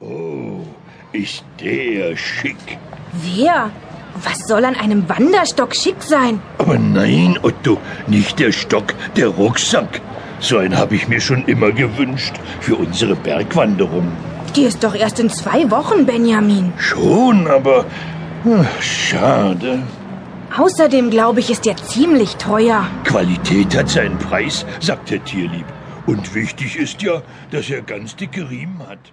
Oh, Ist der schick. Wer? Was soll an einem Wanderstock schick sein? Aber nein, Otto, nicht der Stock, der Rucksack. So einen habe ich mir schon immer gewünscht für unsere Bergwanderung. Die ist doch erst in zwei Wochen, Benjamin. Schon, aber ach, schade. Außerdem glaube ich, ist der ziemlich teuer. Qualität hat seinen Preis, sagt der Tierlieb. Und wichtig ist ja, dass er ganz dicke Riemen hat.